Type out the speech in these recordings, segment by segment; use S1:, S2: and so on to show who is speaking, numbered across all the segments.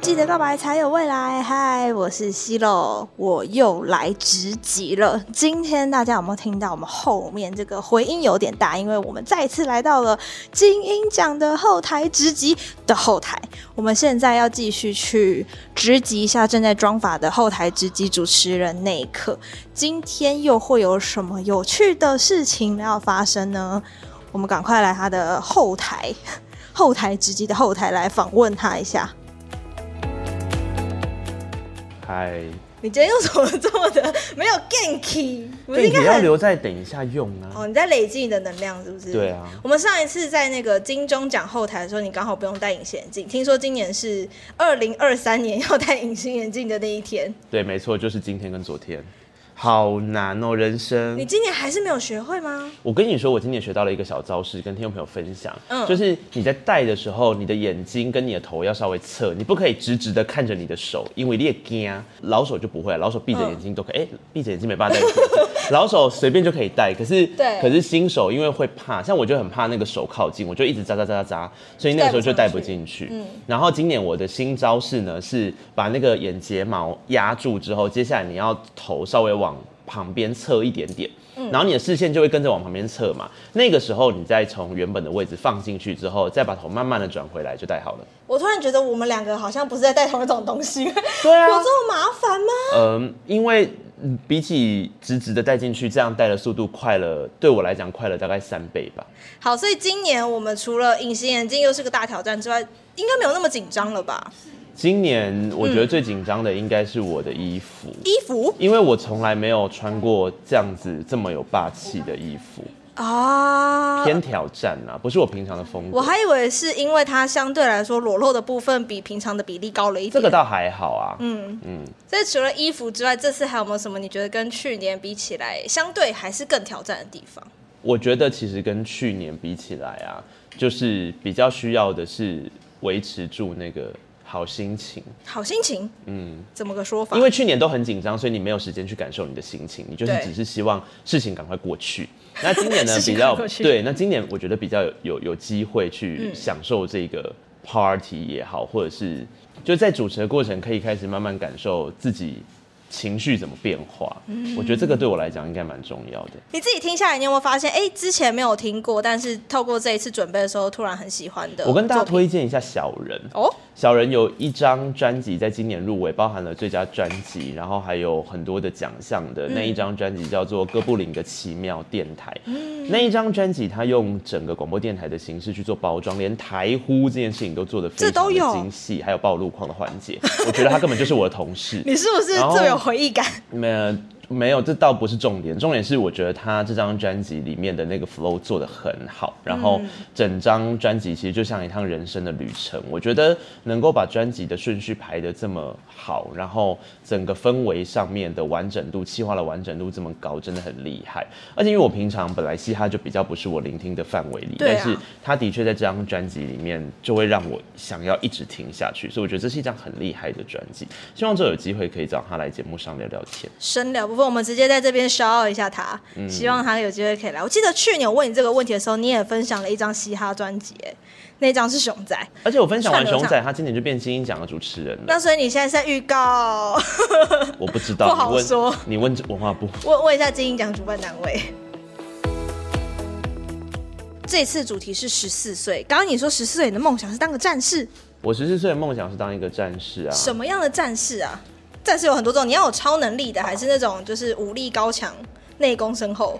S1: 记得告白才有未来。嗨，我是西洛，我又来直击了。今天大家有没有听到我们后面这个回音有点大？因为我们再次来到了金鹰奖的后台直击的后台。我们现在要继续去直击一下正在装法的后台直击主持人那一刻。今天又会有什么有趣的事情要发生呢？我们赶快来他的后台，后台直击的后台来访问他一下。
S2: 嗨，
S1: 你今天又怎么这么 的没有 ganky？不是
S2: 对，
S1: 应
S2: 也
S1: 该
S2: 要
S1: 很
S2: 留在等一下用啊。
S1: 哦？你在累积你的能量是不是？
S2: 对啊
S1: 我们上一次在那个金钟奖后台的时候，你刚好不用戴隐形眼镜。听说今年是二零二三年要戴隐形眼镜的那一天，
S2: 对，没错，就是今天跟昨天，好难哦，人
S1: 你
S2: 生。
S1: 今年还是没有学会吗？
S2: 我跟你说，我今年学到了一个小招式，跟听众朋友分享，
S1: 嗯
S2: 就是你在戴的时候，你的眼睛跟你的头要稍微侧，你不可以直直的看着你的手，因为你也惊，老手就不会，老手闭着眼睛都
S1: 嗯
S2: 可以，哎、闭着眼睛没办法戴， 老手随便就可以戴，可是
S1: 对
S2: 可是新手因为会怕，像我就很怕那个手靠近，我就一直扎扎扎扎扎，所以那个时候就戴不进去。嗯，然后今年我的新招式呢是把那个眼睫毛压住之后，接下来你要头稍微往旁边侧一点点。然后你的视线就会跟着往旁边侧嘛，那个时候你再从原本的位置放进去之后，再把头慢慢的转回来就戴好了。
S1: 我突然觉得我们两个好像不是在戴同一种东西，
S2: 对啊
S1: 有这么麻烦吗？
S2: 嗯，因为嗯比起直直的戴进去，这样戴的速度快了，对我来讲快了大概三倍吧。
S1: 好，所以今年我们除了隐形眼镜又是个大挑战之外，应该没有那么紧张了吧？
S2: 今年我觉得最紧张的应该是我的衣服，
S1: 衣服
S2: 因为我从来没有穿过这样子这么有霸气的衣服，
S1: 啊，
S2: 偏挑战啊，不是我平常的风格。
S1: 我还以为是因为它相对来说裸露的部分比平常的比例高了一点。
S2: 这个倒还好啊，嗯，
S1: 所以除了衣服之外，这次还有没有什么你觉得跟去年比起来，相对还是更挑战的地方？
S2: 我觉得其实跟去年比起来啊，就是比较需要的是维持住那个好心情，
S1: 好心情，嗯，怎么个说法？
S2: 因为去年都很紧张，所以你没有时间去感受你的心情，你就是
S1: 对
S2: 只是希望事情赶快过 去。那今年呢
S1: 事情
S2: 比较
S1: 赶快过去
S2: 对，那今年我觉得比较有有有机会去享受这个 party 也好，或者是就在主持的过程可以开始慢慢感受自己情绪怎么变化。
S1: 嗯
S2: 我觉得这个对我来讲应该蛮重要的。
S1: 你自己听下来，你有没有发现，哎、之前没有听过，但是透过这一次准备的时候，突然很喜欢的作品。
S2: 我跟大家推荐一下小人。
S1: 哦，
S2: 小人有一张专辑在今年入围，包含了最佳专辑，然后还有很多的奖项的那一张专辑叫做《哥布林的奇妙电台》。那一张专辑，它用整个广播电台的形式去做包装，连台呼这件事情都做得非
S1: 这都
S2: 常的
S1: 有
S2: 精细，还有暴露框的环节。我觉得他根本就是我的同事。
S1: 你是不是
S2: 然后
S1: 最有回忆感？
S2: 没有没有，这倒不是重点，重点是我觉得他这张专辑里面的那个 flow 做得很好，然后
S1: 嗯
S2: 整张专辑其实就像一趟人生的旅程，我觉得能够把专辑的顺序排得这么好，然后整个氛围上面的完整度、气化的完整度这么高，真的很厉害。而且因为我平常本来嘻哈就比较不是我聆听的范围里，
S1: 对啊
S2: 但是他的确在这张专辑里面就会让我想要一直听下去，所以我觉得这是一张很厉害的专辑，希望这有机会可以找他来节目上聊聊天。
S1: 深聊部分，分，我们直接在这边 shout out 一下他，
S2: 嗯
S1: 希望他有机会可以来。我记得去年我问你这个问题的时候，你也分享了一张嘻哈专辑，哎那张是熊仔。
S2: 而且我分享完
S1: 串流
S2: 熊
S1: 上
S2: 仔，他今年就变金鹰奖的主持人了。
S1: 那所以你现在是在预告，
S2: 我不知
S1: 不
S2: 道，
S1: 好
S2: 你问
S1: 说
S2: 你问文化部。
S1: 问问一下金鹰奖主办单位。这次主题是十四岁，刚刚你说十四岁你的梦想是当个战士，
S2: 我十四岁的梦想是当一个战士 啊，
S1: 什么样的战士啊？战士有很多种，你要有超能力的，还是那种就是武力高强、内功深厚？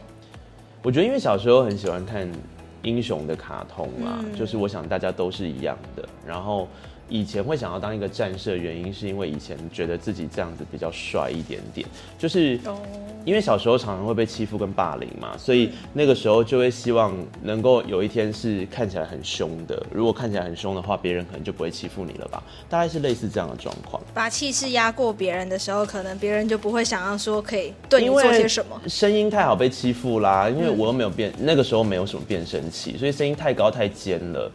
S2: 我觉得因为小时候很喜欢看英雄的卡通啦，就是我想大家都是一样的。然后以前会想要当一个战士的原因，是因为以前觉得自己这样子比较帅一点点，就是因为小时候常常会被欺负跟霸凌嘛，所以那个时候就会希望能够有一天是看起来很凶的。如果看起来很凶的话，别人可能就不会欺负你了吧？大概是类似这样的状况。
S1: 把气势压过别人的时候，可能别人就不会想要说可以对你
S2: 因为
S1: 做些什么。嗯
S2: 声音太好被欺负啦，因为我又没有变，那个时候没有什么变声器，所以声音太高太尖了，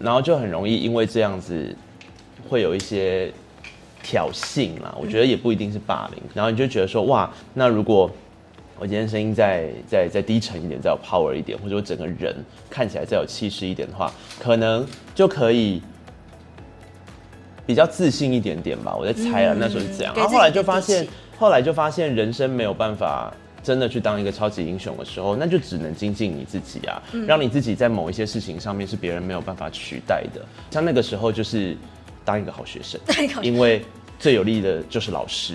S2: 然后就很容易因为这样子会有一些挑衅啦。我觉得也不一定是霸
S1: 嗯
S2: 凌，然后你就觉得说哇，那如果我今天声音再再再低沉一点，再有 power 一点，或者我整个人看起来再有气势一点的话，可能就可以比较自信一点点吧。我在猜啊，那时候是这样。
S1: 嗯给自己
S2: 然后后来就
S1: 一点
S2: 发
S1: 底气
S2: 现，后来就发现人生没有办法真的去当一个超级英雄的时候，那就只能精进你自己啊，
S1: 嗯
S2: 让你自己在某一些事情上面是别人没有办法取代的。像那个时候就是当一个好学生
S1: 当一个好学，生
S2: 因为最有利的就是老师。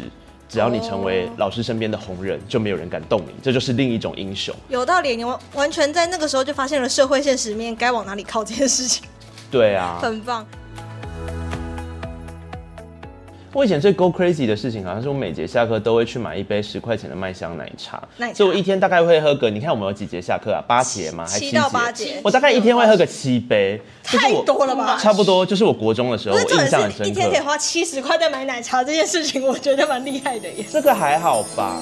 S2: 只要你成为
S1: 哦
S2: 老师身边的红人，就没有人敢动你，这就是另一种英雄。
S1: 有道理，你完完全在那个时候就发现了社会现实面该往哪里靠这件事情，
S2: 对啊，
S1: 很棒。
S2: 我以前最 go crazy 的事情，好像是我每节下课都会去买一杯十块钱的麦香奶茶，
S1: 奶茶
S2: 所以我一天大概会喝个，你看我们有几节下课啊？八节吗？还
S1: 七
S2: 七
S1: 到八节
S2: 我大概一天会喝个七杯，就是
S1: 太
S2: 我
S1: 多了吧
S2: 差不多就是我国中的时候，
S1: 不
S2: 我
S1: 是重
S2: 印象
S1: 点
S2: 很
S1: 是，一
S2: 深
S1: 天可以
S2: 刻。
S1: 花七十块在买奶茶这件事情，我觉得蛮厉害的耶。
S2: 这个还好吧？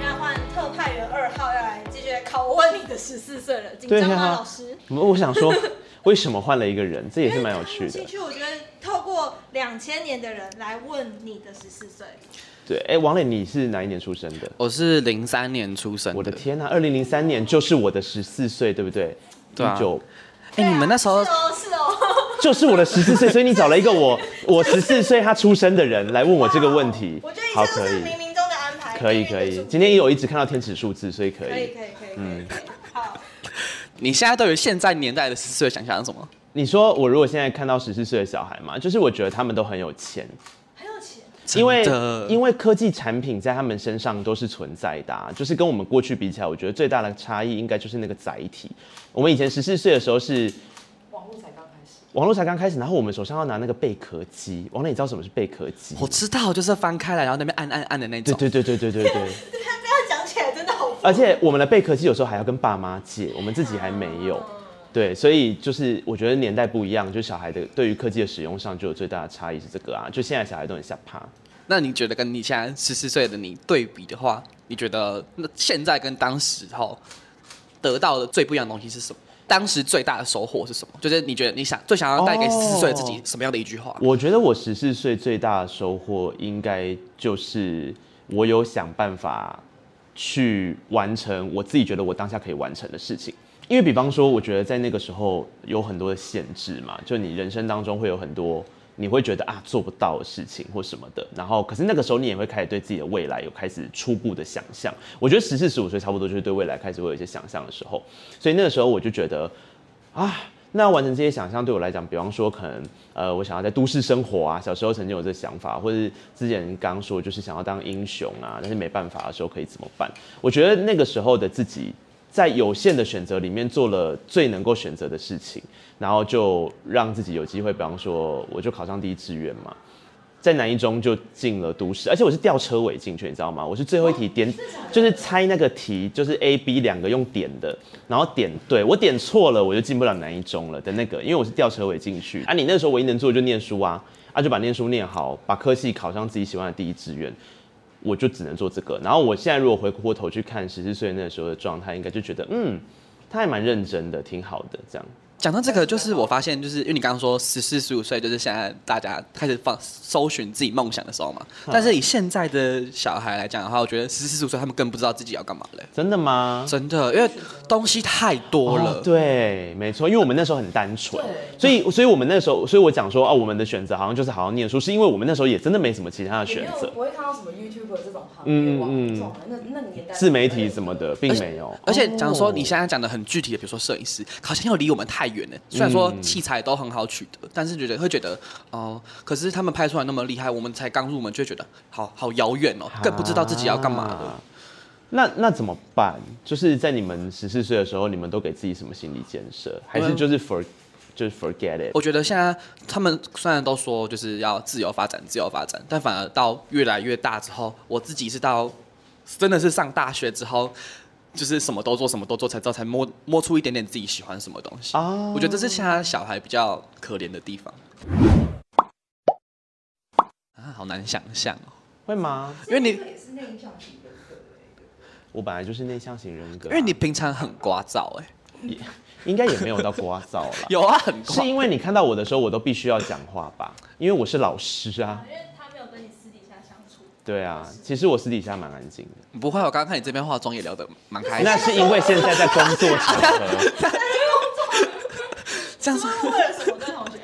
S1: 那换特派员二号要来继续来拷问你的十四岁了，紧
S2: 对
S1: 张吗，
S2: 啊
S1: 老师？
S2: 我我想说，为什么换了一个人？这也是蛮有趣的
S1: 兴。趣，我觉得透过两千年的人来问你的十四岁，
S2: 对，哎、王磊，你是哪一年出生的？
S3: 我是零三年出生
S2: 我的
S3: 的。
S2: 天呐、2二零零三年就是我的十四岁，对不对？
S3: 对啊
S2: 一九
S3: 哎、你们那时候
S1: 是哦是哦，
S2: 就是我的十四岁，所以你找了一个 我我十四岁他出生的人来问我这个问题
S1: 我觉得，
S2: 好
S1: 一切都
S2: 可
S1: 是
S2: 以，
S1: 冥冥中的安排。
S2: 可以
S1: 命运
S2: 可
S1: 的
S2: 以
S1: 祝。福
S2: 今天也有一直看到天使数字，所以可
S1: 可以
S2: 以。嗯
S1: 可以可以可以，可以好，
S3: 你现在对于现在年代的十四岁想象是什么？
S2: 你说我如果现在看到十四岁的小孩嘛，就是我觉得他们都很有钱，
S1: 很有钱。
S2: 因为
S3: 真的
S2: 因为科技产品在他们身上都是存在的、啊，就是跟我们过去比起来，我觉得最大的差异应该就是那个载体。我们以前十四岁的时候是网络才刚开始，然后我们手上要拿那个贝壳机。王磊，你知道什么是贝壳机？
S3: 我知道，就是翻开来，然后那边按按按的那
S2: 对
S3: 种。
S2: 对对对对对对。
S1: 对他这样讲起来真的好，
S2: 而且我们的贝壳机有时候还要跟爸妈借，我们自己还没有。
S1: 哦
S2: 对，所以就是我觉得年代不一样，就小孩的对于科技的使用上就有最大的差异是这个啊，就现在小孩都很吓怕。
S3: 那你觉得跟你现在十四岁的你对比的话，你觉得那现在跟当时候得到的最不一样的东西是什么？当时最大的收获是什么？就是你觉得你想最想要带给十四岁的自己
S2: 哦
S3: 什么样的一句话？
S2: 我觉得我十四岁最大的收获应该就是我有想办法去完成我自己觉得我当下可以完成的事情。因为比方说，我觉得在那个时候有很多的限制嘛，就你人生当中会有很多你会觉得啊做不到的事情或什么的。然后，可是那个时候你也会开始对自己的未来有开始初步的想象。我觉得十四十五岁差不多就是对未来开始会有一些想象的时候，所以那个时候我就觉得啊，那完成这些想象对我来讲，比方说可能呃，我想要在都市生活啊，小时候曾经有这想法，或是之前刚说就是想要当英雄啊，但是没办法的时候可以怎么办？我觉得那个时候的自己。在有限的选择里面做了最能够选择的事情，然后就让自己有机会，比方说我就考上第一志愿嘛，在南一中就进了都市，而且我是吊车尾进去，你知道吗？我是最后一题点，就是猜那个题，就是 A、B 两个用点的，然后点对，我点错了，我就进不了南一中了的那个，因为我是吊车尾进去。啊，你那时候唯一能做的就念书啊，啊就把念书念好，把科系考上自己喜欢的第一志愿。我就只能做这个，然后我现在如果回过头去看十四岁那时候的状态，应该就觉得，嗯，他还蛮认真的，挺好的，这样。
S3: 讲到这个，就是我发现，就是因为你刚刚说十四、十五岁，就是现在大家开始放搜寻自己梦想的时候嘛。
S2: 嗯
S3: 但是以现在的小孩来讲的话，我觉得十四、十五岁他们更不知道自己要干嘛嘞。
S2: 真的吗？
S3: 真的，因为东西太多了。
S2: 哦对，没错，因为我们那时候很单纯，所以所以我们那时候，所以我讲说哦，我们的选择好像就是好好念书，是因为我们那时候也真的没什么其他的
S4: 也没
S2: 选
S4: 有
S2: 择，
S4: 不会看到什么 YouTube 这种行
S2: 嗯
S4: 业
S2: 嗯
S4: 网
S2: 嗯
S4: 红这种的，那那年代
S2: 自媒体什么的并没有。
S3: 而且讲说你现在讲的很具体的，比如说摄影师，好像又离我们太远了。虽然
S2: 嗯
S3: 说器材都很好取得，但是觉得会觉得哦、可是他们拍出来那么厉害，我们才刚入门就会觉得好好遥远哦，更不知道自己要干嘛了。
S2: 啊那那怎么办？就是在你们十四岁的时候，你们都给自己什么心理建设？还是就是 for 就是 forget it？
S3: 嗯我觉得现在他们虽然都说就是要自由发展，自由发展，但反而到越来越大之后，我自己是到真的是上大学之后，就是什么都做，什么都做，才知道才摸摸出一点点自己喜欢什么东西。
S2: 啊
S3: 我觉得这是现在小孩比较可怜的地方。啊，好难想象哦，
S2: 会吗？
S3: 因为你
S4: 也是内向型的，
S2: 我本来就是内向型人格啊、
S3: 因为你平常很聒噪哎、
S2: 应该也没有到聒噪啦。
S3: 有啊，很
S2: 是
S3: 聒。
S2: 因为你看到我的时候，我都必须要讲话吧？因为我是老师啊。
S4: 因为他没有跟你私底下相处。
S2: 对啊，其实我私底下蛮安静的，
S3: 不会，我刚刚看你这边化妆也聊得蛮
S4: 哎
S3: 开心。
S2: 那是因为现在在工作场 合。
S3: 这样子，
S4: 为了什么跟同学？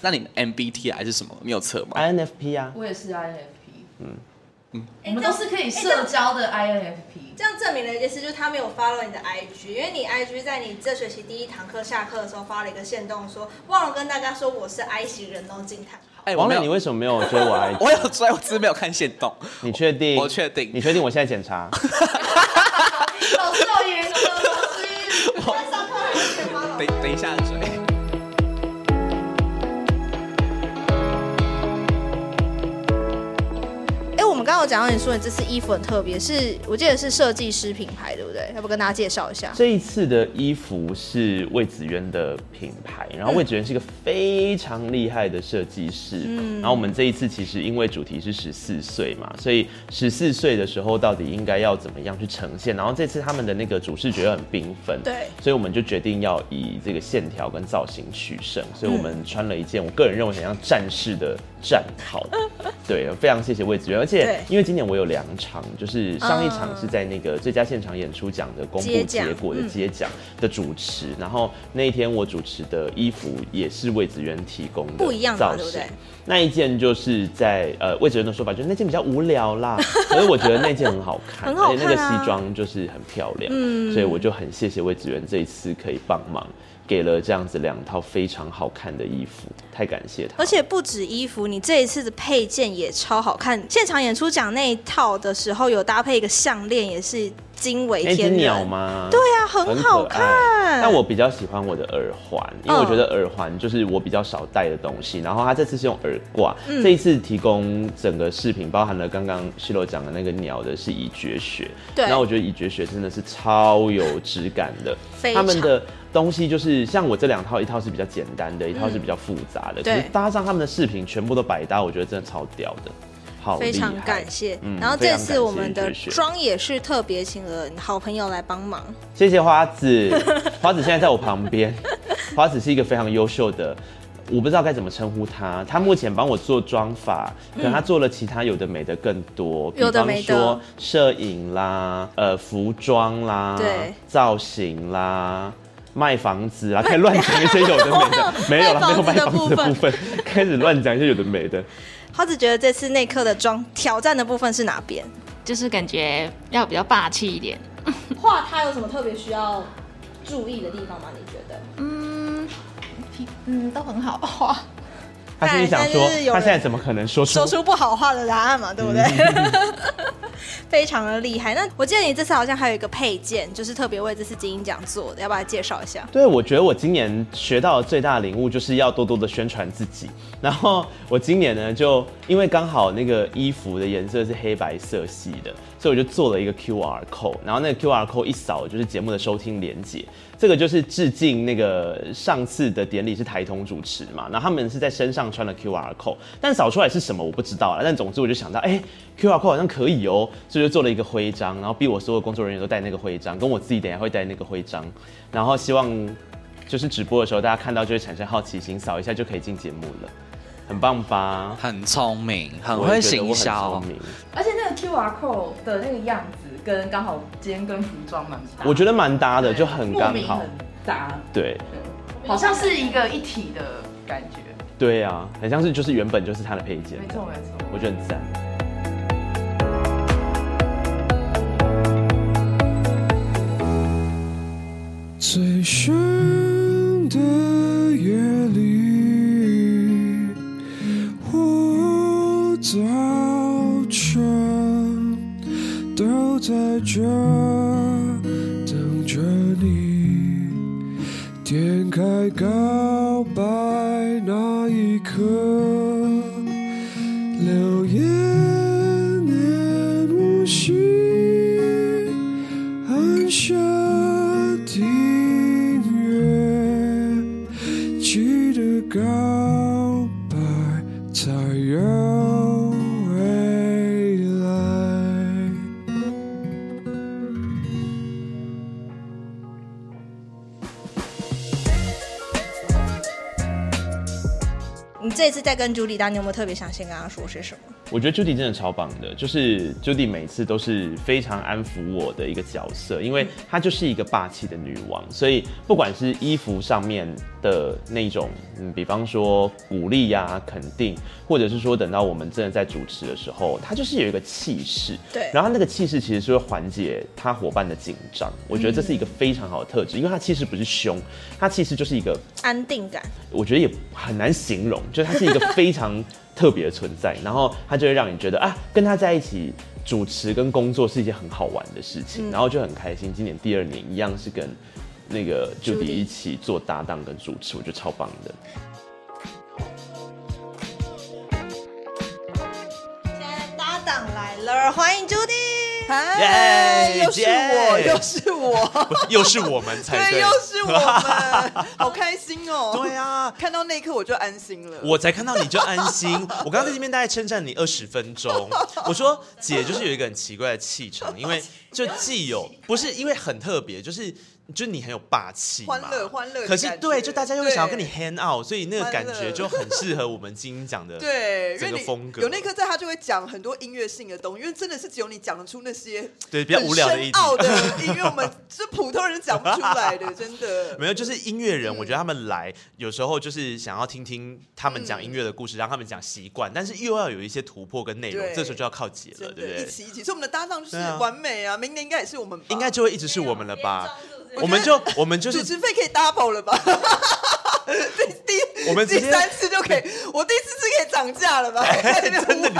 S3: 那你 MBTI 是什么？你有测吗？
S2: INFP 啊，
S4: 我也是 INFP，
S1: 我
S4: 我们都是可以社交的 INFP。
S1: 这样证明了一件事，就是他没有 follow 你的 IG，因为你 IG 在你这学期第一堂课下课的时候发了一个线动说，忘了跟大家说我是 I 型人哦，惊叹号。
S3: 哎、我
S2: 王
S3: 没
S2: 磊，
S3: 有
S2: 你为什么没有追我 IG？
S3: 我有追，我只是没有看线动。
S2: 你确定？
S3: 我确定
S2: 你确定？我现在检查。
S4: 老师好严格，老师。
S1: 但上课还是全 follow
S3: 等等一下追。
S1: 哎、我们刚刚有讲到你说你这次衣服很特别，是我记得是设计师品牌，对不对？要不跟大家介绍一下？
S2: 这一次的衣服是魏子渊的品牌，然后魏子渊是一个非常厉害的设计师。
S1: 嗯
S2: 然后我们这一次其实因为主题是十四岁嘛，所以十四岁的时候到底应该要怎么样去呈现？然后这次他们的那个主视觉又很缤纷，
S1: 对
S2: 所以我们就决定要以这个线条跟造型取胜，所以我们穿了一件我个人认为很像战士的战 袍。对，非常谢谢魏子渊，而且
S1: 对嗯
S2: 因为今年我有两场，就是上一场是在那个最佳现场演出奖的公布
S1: 接
S2: 结
S1: 奖
S2: 果的
S1: 嗯
S2: 接奖的主持，然后那一天我主持的衣服也是魏子渊提供的
S1: 不一样嘛
S2: 造
S1: 对不
S2: 型
S1: 对。
S2: 那一件就是在呃魏哲的说法，就是那件比较无 聊啦，可是我觉得那件很好看，
S1: 很好
S2: 而且那个
S1: 看啊嗯
S2: 西装就是很漂亮，所以我就很谢谢魏子源这一次可以帮忙，给了这样子两套非常好看的衣服，太感谢他。
S1: 而且不止衣服，你这一次的配件也超好看。现场演出奖那一套的时候，有搭配一个项链，也是惊为
S2: 那只
S1: 天人。
S2: 哎鸟吗？
S1: 对啊很好
S2: 可爱
S1: 看嗯
S2: 但我比较喜欢我的耳环，因为我觉得耳环就是我比较少戴的东西。然后它这次是用耳挂，
S1: 嗯
S2: 这一次提供整个视频包含了刚刚西罗讲的那个鸟的是以绝学，
S1: 对
S2: 那我觉得以绝学真的是超有质感的，
S1: 非
S2: 他
S1: 常
S2: 们的。东西就是像我这两套，一套是比较简单的，一套是比较复杂的。
S1: 嗯对
S2: 可是搭上他们的视频，全部都百搭，我觉得真的超屌的，好
S1: 非
S2: 厉害
S1: 常感谢。
S2: 嗯
S1: 然后
S2: 非
S1: 这
S2: 常感
S1: 次
S2: 谢
S1: 我们的
S2: 绝学
S1: 妆也是特别请了好朋友来帮忙，
S2: 谢谢花子， 花子现在在我旁边。花子是一个非常优秀的，我不知道该怎么称呼她。她目前帮我做妆发，可能她做了其他有的没的更多，比
S1: 嗯有的
S2: 方
S1: 没的
S2: 说摄影啦、呃服装啦、
S1: 对
S2: 造型啦。卖房子啦，开始乱讲一些有的没 的，没有啦，没有卖
S1: 哦卖房子
S2: 房子
S1: 的部分
S2: 的部分，开始乱讲一些有的没的。
S1: 花子觉得这次内课的妆挑战的部分是哪边？
S5: 就是感觉要比较霸气一点。
S1: 画它有什么特别需要注意的地方吗？你觉得？
S5: 嗯，嗯，都很好画。
S2: 他心里想说
S1: 哎但是，有
S2: 他
S1: 人
S2: 现在怎么可能说嗯出
S1: 说出不好话的答案嘛，对不对？ 非常的厉害。那我记得你这次好像还有一个配件，就是特别为这次金鹰奖做的，要不要介绍一下？
S2: 对，我觉得我今年学到的最大的领悟就是要多多的宣传自己。然后我今年呢，就因为刚好那个衣服的颜色是黑白色系的，所以我就做了一个 QR code，然后那个 QR code 一扫就是节目的收听连接。这个就是致敬那个上次的典礼是台通主持嘛，然后他们是在身上穿了 QR code，但扫出来是什么我不知道啊。但总之我就想到，哎、q r code 好像可以哦，所以就做了一个徽章，然后逼我所有工作人员都带那个徽章，跟我自己等一下会带那个徽章，然后希望就是直播的时候，大家看到就会产生好奇心，扫一下就可以进节目了，很棒吧？
S3: 很聪明，很
S2: 我
S3: 会
S2: 也觉得我很
S3: 行销
S2: 聪。明
S4: 而且那个 QR code 的那个样子跟刚好今天跟服装蛮搭的，
S2: 我觉得蛮搭的，
S4: 对
S2: 就很刚
S4: 莫名
S2: 好。
S4: 很搭，
S2: 对
S4: 好像是一个一体的感觉。
S2: 对啊，很像是就是原本就是它的配件
S4: 没，错没错，
S2: 我觉得很赞。
S6: 最深的夜里，我早晨都在这等着你。点开告白那一刻，流言无息，按下订阅，记得告白才有未来。
S1: 你这次在跟朱莉当，你有没有特别想先跟她说些什么？
S2: 我觉得 Judy 真的超棒的，就是 Judy 每次都是非常安抚我的一个角色，因为她就是一个霸气的女王，所以不管是衣服上面的那种，嗯，比方说鼓励呀、肯定，或者是说等到我们真的在主持的时候，她就是有一个气势，
S1: 对
S2: 然后她那个气势其实是会缓解她伙伴的紧张，我觉得这是一个非常好的特质，因为她气势不是凶，她气势就是一个
S1: 安定感，
S2: 我觉得也很难形容，就是它是一个非常特别的存在，然后它就会让你觉得啊，跟他在一起主持跟工作是一件很好玩的事
S3: 嗯
S2: 情，然后就很开心。今年第二年一样是跟那个
S1: Judy
S2: Judy 一起做搭档跟主持，我觉得超棒的。
S1: 现在搭档来了，欢迎朱 莉。
S3: 哎，
S2: 耶
S3: 又是我，又是我，
S7: 又是我们才
S8: 对，
S7: 哎对
S8: 又。是我 们，好开心哦！
S7: 对啊，
S8: 看到那一刻我就安心了。
S7: 我才看到你就安心。 我刚刚在这边大概称赞你二十分钟，我说姐就是有一个很奇怪的气场，因为就既有不是因为很特别，就是就是你很有霸气嘛，
S8: 欢乐欢乐的
S7: 可是
S8: 感觉
S7: 对，就大家又会想要跟你
S8: 对
S7: hang out，所以那个感
S8: 欢
S7: 觉
S8: 乐
S7: 就很适合我们金鹰奖的。
S8: 对，因
S7: 整
S8: 为
S7: 个
S8: 你
S7: 风格
S8: 有那一刻在，他就会讲很多音乐性的东西，因为真的是只有你讲得出那些
S7: 对比较
S8: 很
S7: 无聊的
S8: 深
S7: 一题。
S8: 奥的 音乐，我们是普通人讲不出来的，真的。
S7: 没有，就是音乐
S8: 嗯
S7: 人，我觉得他们来有时候就是想要听听他们讲音乐的故事，让他们讲习惯，但是又要有一些突破跟内容，
S8: 对
S7: 这时候就要靠姐了，
S8: 真
S7: 对不
S8: 的，一
S7: 对？
S8: 起一起，所以我们的搭档就是
S7: 对啊
S8: 完美啊！明年应该也是我们吧，
S7: 应该就会一直是我们了吧？我
S8: 我
S7: 们
S8: 觉
S7: 就我们就
S8: 主
S7: 是
S8: 持费可以 double 了吧？第第
S7: 我们直
S8: 第
S7: 接，哎
S8: 三次就可以，我第四次可以涨价了吧？ 真的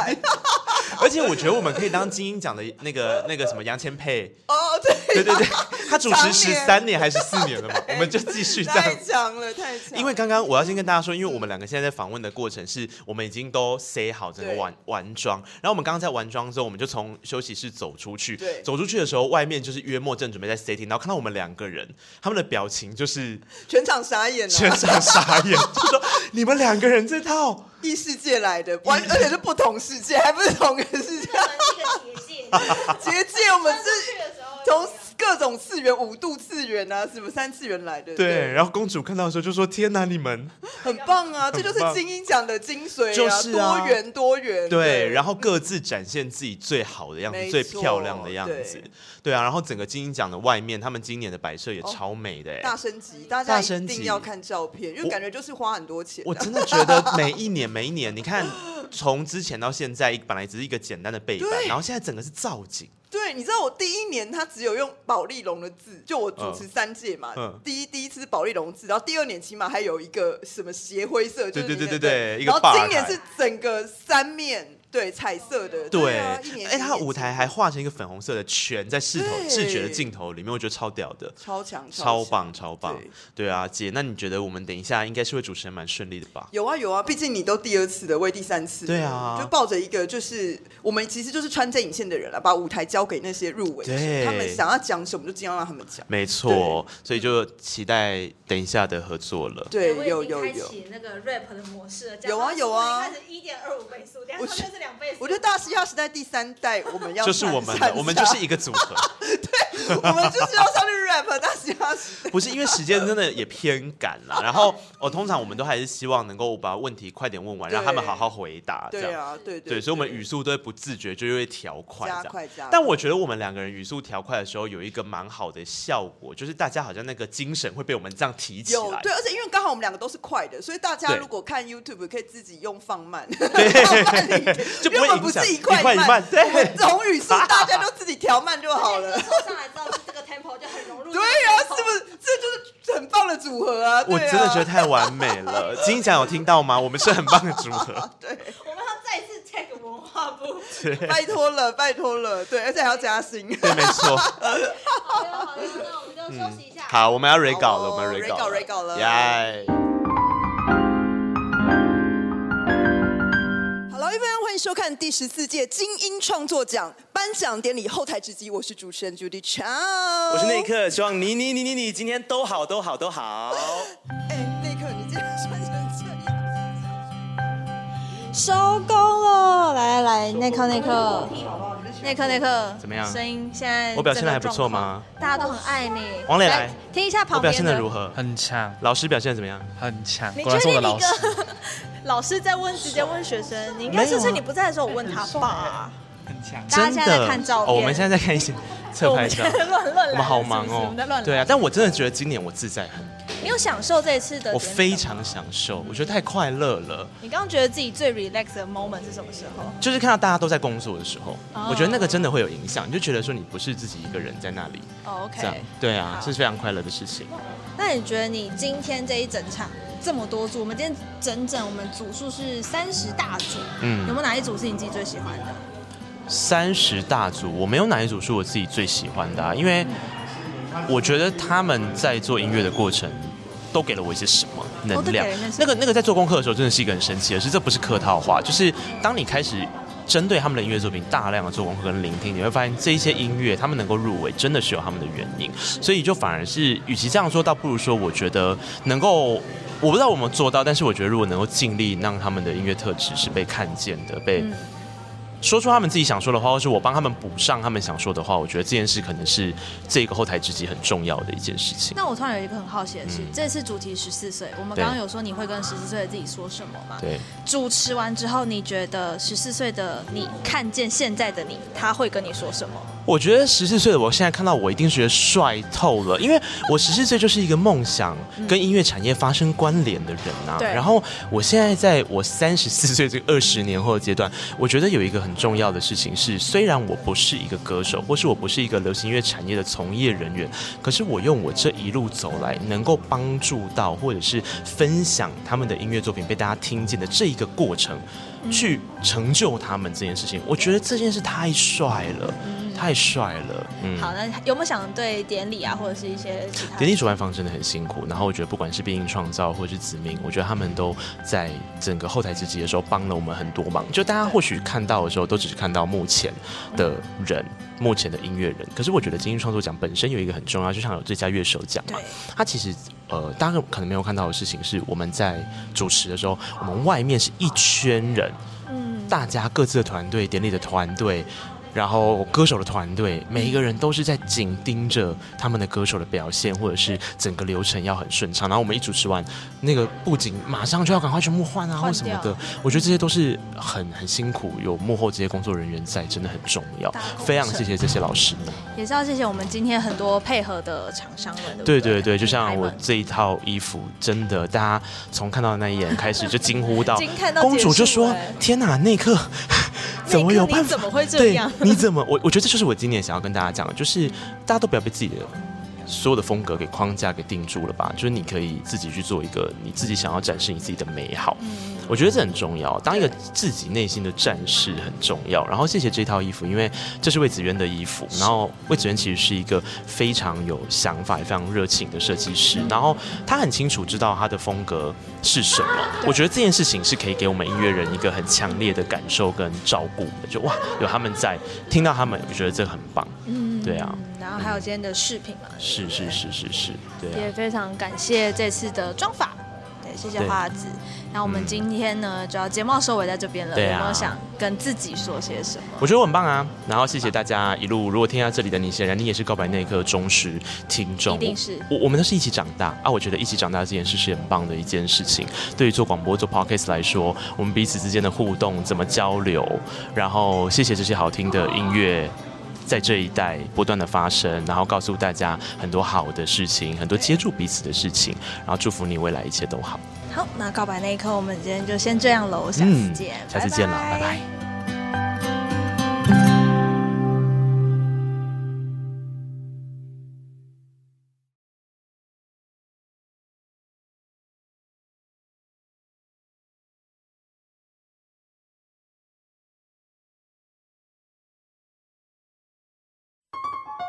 S7: 而且我觉得我们可以当金鹰奖的那个那个什么杨千佩，
S8: 哦，对
S7: 对
S8: 对
S7: 对 对，他主持
S8: 常
S7: 十
S8: 年
S7: 三年还是十四年了嘛，我们就继续这样
S8: 太。强了，太强了！
S7: 因为刚刚我要先跟大家说，因为我们两个现在在访问的过程是，我们已经都塞好整个
S8: 对
S7: 完完妆，然后我们刚刚在完妆之后，我们就从休息室走出去
S8: 对，
S7: 走出去的时候，外面就是约莫正准备在 setting，然后看到我们两个人，他们的表情就是
S8: 全场傻眼啊
S7: 全
S8: 了、
S7: 场傻眼，就说你们两个人这套，
S8: 异世界来的，完而且是不同世界，还不是同个世
S4: 一
S8: 界，
S4: 个结界，
S8: 结界我们
S4: 去
S8: 是
S4: 的时候
S8: 从各种次元、五度次元啊，什么三次元来的，
S7: 对，，然后公主看到的时候就说天哪，你们
S8: 很棒啊，这就是
S7: 很棒
S8: 精英奖的精髓啊，
S7: 就是啊
S8: 多元多元，
S7: 对，然
S8: 后。
S7: 后各自展现自己最好的样子、
S8: 没
S7: 最
S8: 错
S7: 漂亮的样子
S8: 对，
S7: 对啊，然后整个金鹰奖的外面，他们今年的摆设也超美的、欸，
S8: 大升级，大
S7: 大
S8: 家
S7: 升
S8: 一
S7: 级
S8: 定要看照片，因为
S7: 我
S8: 感觉就是花很多钱啊、
S7: 我真的觉得每一年每一年，你看从之前到现在，本来只是一个简单的背板，
S8: 对
S7: 然后现在整个是造景，
S8: 对，你知道我第一年他只有用宝丽龙的字，就我主持三届嘛，
S7: 嗯
S8: 第一第一次是宝丽龙字，然后第二年起码还有一个什么斜灰色，就是
S7: 对对
S8: 那
S7: 对对
S8: 个
S7: 对
S8: 然
S7: 一个
S8: 后今年
S7: bar
S8: 是整个三面对彩色的，
S7: 对，
S8: 啊，一
S7: 哎、
S8: 年
S7: 它舞台还画成一个粉红色的圈，在视头
S8: 对
S7: 视觉的镜头里面，我觉得超屌的。
S8: 超强
S7: 超
S8: 强
S7: 棒，超棒！
S8: 对
S7: 对啊，姐，那你觉得我们等一下应该是会主持人蛮顺利的吧？
S8: 有啊有啊，毕竟你都第二次的，我也第三次了，
S7: 对啊
S8: 就抱着一个就是我们其实就是穿针引线的人啊了，把舞台交给那些入围者
S7: 对，
S8: 他们想要讲什么就尽量让他们讲。
S7: 没错，所以就期待等一下的合作了。
S8: 对，
S4: 我已
S8: 有
S4: 经
S8: 有
S4: 开
S8: 有，
S4: 启那个 rap 的模式了，
S8: 有啊有啊
S4: 开始一点二五倍速，等下
S8: 我
S2: 啊
S4: 他
S8: 觉
S4: 们是两倍速。
S8: 我觉得大嘻哈时代第三代我们要
S7: 就是我们的，我们就是一个组合。
S8: 我们就是要上去 rap 那嘻哈时代
S6: 不是因为时间真的也偏赶啦，然后哦，通常我们都还是希望能够把问题快点问完，
S8: 对
S6: 让他们好好回答，这
S8: 对
S6: 样。
S8: 啊，对
S6: 对，
S8: 对，
S6: 所以我们语速都会不自觉就会调快，
S8: 加
S6: 这
S8: 快
S6: 样。
S8: 加快。
S6: 但我觉得我们两个人语速调快的时候，有一个蛮好的效果，就是大家好像那个精神会被我们这样提起
S8: 有
S6: 来。
S8: 对，而且因为刚好我们两个都是快的，所以大家
S6: 对
S8: 如果看 YouTube 可以自己用放慢，放慢一点，
S6: 就不
S8: 因为
S6: 会
S8: 我们不
S6: 影响
S8: 是一
S6: 一块
S8: 块
S6: 一慢对
S8: 我们这种语速大家都自己调慢就好了。
S1: 上来之后，这个 tempo 就很融入。
S8: 对
S2: 啊
S8: 呀、是不是？这就是很棒的组合啊！
S6: 我
S8: 对啊
S6: 真的觉得太完美了。金奖有听到吗？我们是很棒的组合。
S1: 我们要再次 check 文化 部。
S8: 拜托了，拜托了，对，而且还要加薪。
S6: 对，没错。
S1: 好哟好哟，那我们就休息一
S2: 嗯
S1: 下。
S6: 好，我们要 re 稿了，
S8: 好哦
S6: 我们 re 稿
S8: re 稿 re 稿了
S6: 耶！
S8: Hello everyone，欢迎收看第十四届金鹰创作奖颁奖典礼后台直击，我是主持人 Judy Chow，
S2: 我是那一。刻，希望你你你你你今天都好都好都好。
S8: 哎、那一刻，你竟然穿成这样，
S1: 收工了，来来来，内克内克，内克内克，
S2: 怎么样
S1: 声音现在
S2: 我表现得还不错吗
S1: 整个状况？大家都很爱你。
S2: 王磊来
S1: 听一下旁
S2: 我表
S1: 边
S2: 现的如何？
S9: 很强，
S2: 老师表现的怎么样？
S9: 很强，
S1: 你
S9: 果
S1: 确
S9: 然是
S1: 定
S9: 我的
S1: 你
S9: 老师。
S1: 跟 老师在问直接问学生？你应该是不是你不在的时候我问他吧？
S9: 很强，
S1: 大家现在在看照片，
S2: 哦，我们现在在看一些 侧
S1: 我
S2: 拍
S1: 们
S2: 照
S1: 现。在乱乱来，
S2: 我们好忙
S1: 是不是我
S2: 哦
S1: 们在乱。来。
S2: 对啊，但我真的觉得今年我自在很多，
S1: 你有享受这一次的？
S2: 我非。常享受，我觉得太快乐了。
S1: 你刚刚觉得自己最 relax 的 moment 是什么时候？
S2: 就是看到大家都在工作的时候，
S1: 哦
S2: 我觉得那个真的会有影响，你就觉得说你不是自己一个人在那里，
S1: 哦
S2: 这样
S1: ，OK。
S2: 对啊
S1: 好，
S2: 是非常快乐的事情。
S1: 那你觉得你今天这一整场这么多组，我们今天整整我们组数是三十大组，有
S2: 嗯
S1: 没，有哪一组是你自己最喜欢的？
S2: 三十大组，我没有哪一组是我自己最喜欢的、啊，因为我觉得他们在做音乐的过程。都给了我一些什么能
S1: 哦都给
S2: 量
S1: 了一些什么？
S2: 那个那个在做功课的时候，真的是一个很神奇的事，这不是客套话，就是当你开始针对他们的音乐作品大量的做功课跟聆听，你会发现这一些音乐他们能够入围，真的是有他们的原因。所以就反而是，与其这样说，倒不如说，我觉得能够，我不知道我们做到，但是我觉得如果能够尽力让他们的音乐特质是被看见的，被。
S1: 嗯
S2: 说出他们自己想说的话，或是我帮他们补上他们想说的话，我觉得这件事可能是这个后台知己很重要的一件事情。
S1: 那我突然有一个很好奇的是，
S2: 嗯
S1: 这次主题十四岁，我们
S2: 对
S1: 刚刚有说你会跟十四岁的自己说什么吗？
S2: 对，
S1: 主持完之后，你觉得十四岁的你看见现在的你，他会跟你说什么？
S2: 我觉得十四岁的我现在看到我一定觉得帅透了，因为我十四岁就是一个梦想跟音乐产业发生关联的人啊。
S1: 对
S2: 然后我现在在我三十四 岁这个二十年后的阶段，我觉得有一个很重要的事情是，虽然我不是一个歌手，或是我不是一个流行音乐产业的从业人员，可是我用我这一路走来，能够帮助到或者是分享他们的音乐作品被大家听见的这一个过程，去成就他们这件事情，我觉得这件事太帅了，太帅了。嗯，
S1: 好，那有没有想对典礼啊，或者是一些其他
S2: 典礼主办方真的很辛苦，然后我觉得不管是必应创造或是子明，我觉得他们都在整个后台之集的时候帮了我们很多忙。就大家或许看到的时候，都只是看到目前的人，目前的音乐人。可是我觉得金鹰创作奖本身有一个很重要，就像有最佳乐手奖嘛，它其实呃，大家可能没有看到的事情是，我们在主持的时候，我们外面是一圈人，
S1: 嗯，
S2: 大家各自的团队、典礼的团队，然后歌手的团队，每一个人都是在紧盯着他们的歌手的表现，或者是整个流程要很顺畅。然后我们一主持完，那个布景马上就要赶快全部换啊，
S1: 换
S2: 或什么的
S1: 掉。
S2: 我觉得这些都是很很辛苦，有幕后这些工作人员在，真的很重要
S1: 大工。程
S2: 非常谢谢这些老师们。
S1: 也是要谢谢我们今天很多配合的厂商们，对
S2: 对
S1: 不对
S2: 对对，就像
S1: 品牌
S2: 我
S1: 们
S2: 这一套衣服，真的，大家从看到的那一眼开始就惊 呼到
S1: 惊叹，到
S2: 公主
S1: 结束
S2: 就说
S1: 哎：“
S2: 天哪，那一刻怎么有办
S1: 你
S2: 法？
S1: 怎么会这
S2: 对
S1: 样？，
S2: 你怎么？我我觉得这就是我今年想要跟大家讲的，就是大家都不要被自己的所有的风格给框架给定住了吧。就是你可以自己去做一个你自己想要展示你自己的美好，
S1: 嗯
S2: 我觉得这很重要。当一个自己内心的战士很重
S1: 嗯
S2: 要。然后谢谢这套衣服，因为这是魏子渊的衣服。然后魏子渊其实是一个非常有想法、也非常热情的设计师。
S1: 嗯
S2: 然后他很清楚知道他的风格是 什么。我觉得这件事情是可以给我们音乐人一个很强烈的感受跟照顾的。就哇，有他们在，听到他们，我觉得这很棒。
S1: 嗯
S2: 对啊。
S1: 然后还有今
S2: 嗯
S1: 天的饰品嘛，
S2: 是是是是是，对啊
S1: 也。非常感谢这次的妆法，对，谢谢
S2: 对
S1: 花子。那我们今天呢，就要节目要收尾在这边了，
S2: 对
S1: 有没有
S2: 啊
S1: 想跟自己说些什么？
S2: 我觉得我很棒啊！然后谢谢大家一路，如果听到这里的你，显然你也是告白那一刻忠实听众，
S1: 一定是
S2: 我我们都是一起长大啊！我觉得一起长大这件事是很棒的一件事情。对于做广播、做 podcast 来说，我们彼此之间的互动、怎么交流，然后谢谢这些好听的音乐。在这一代不断的发生，然后告诉大家很多好的事情，很多接触彼此的事情，然后祝福你未来一切都好。
S1: 好，那告白那一刻，我们今天就先这样喽，下次见，
S2: 嗯下次见了，拜拜。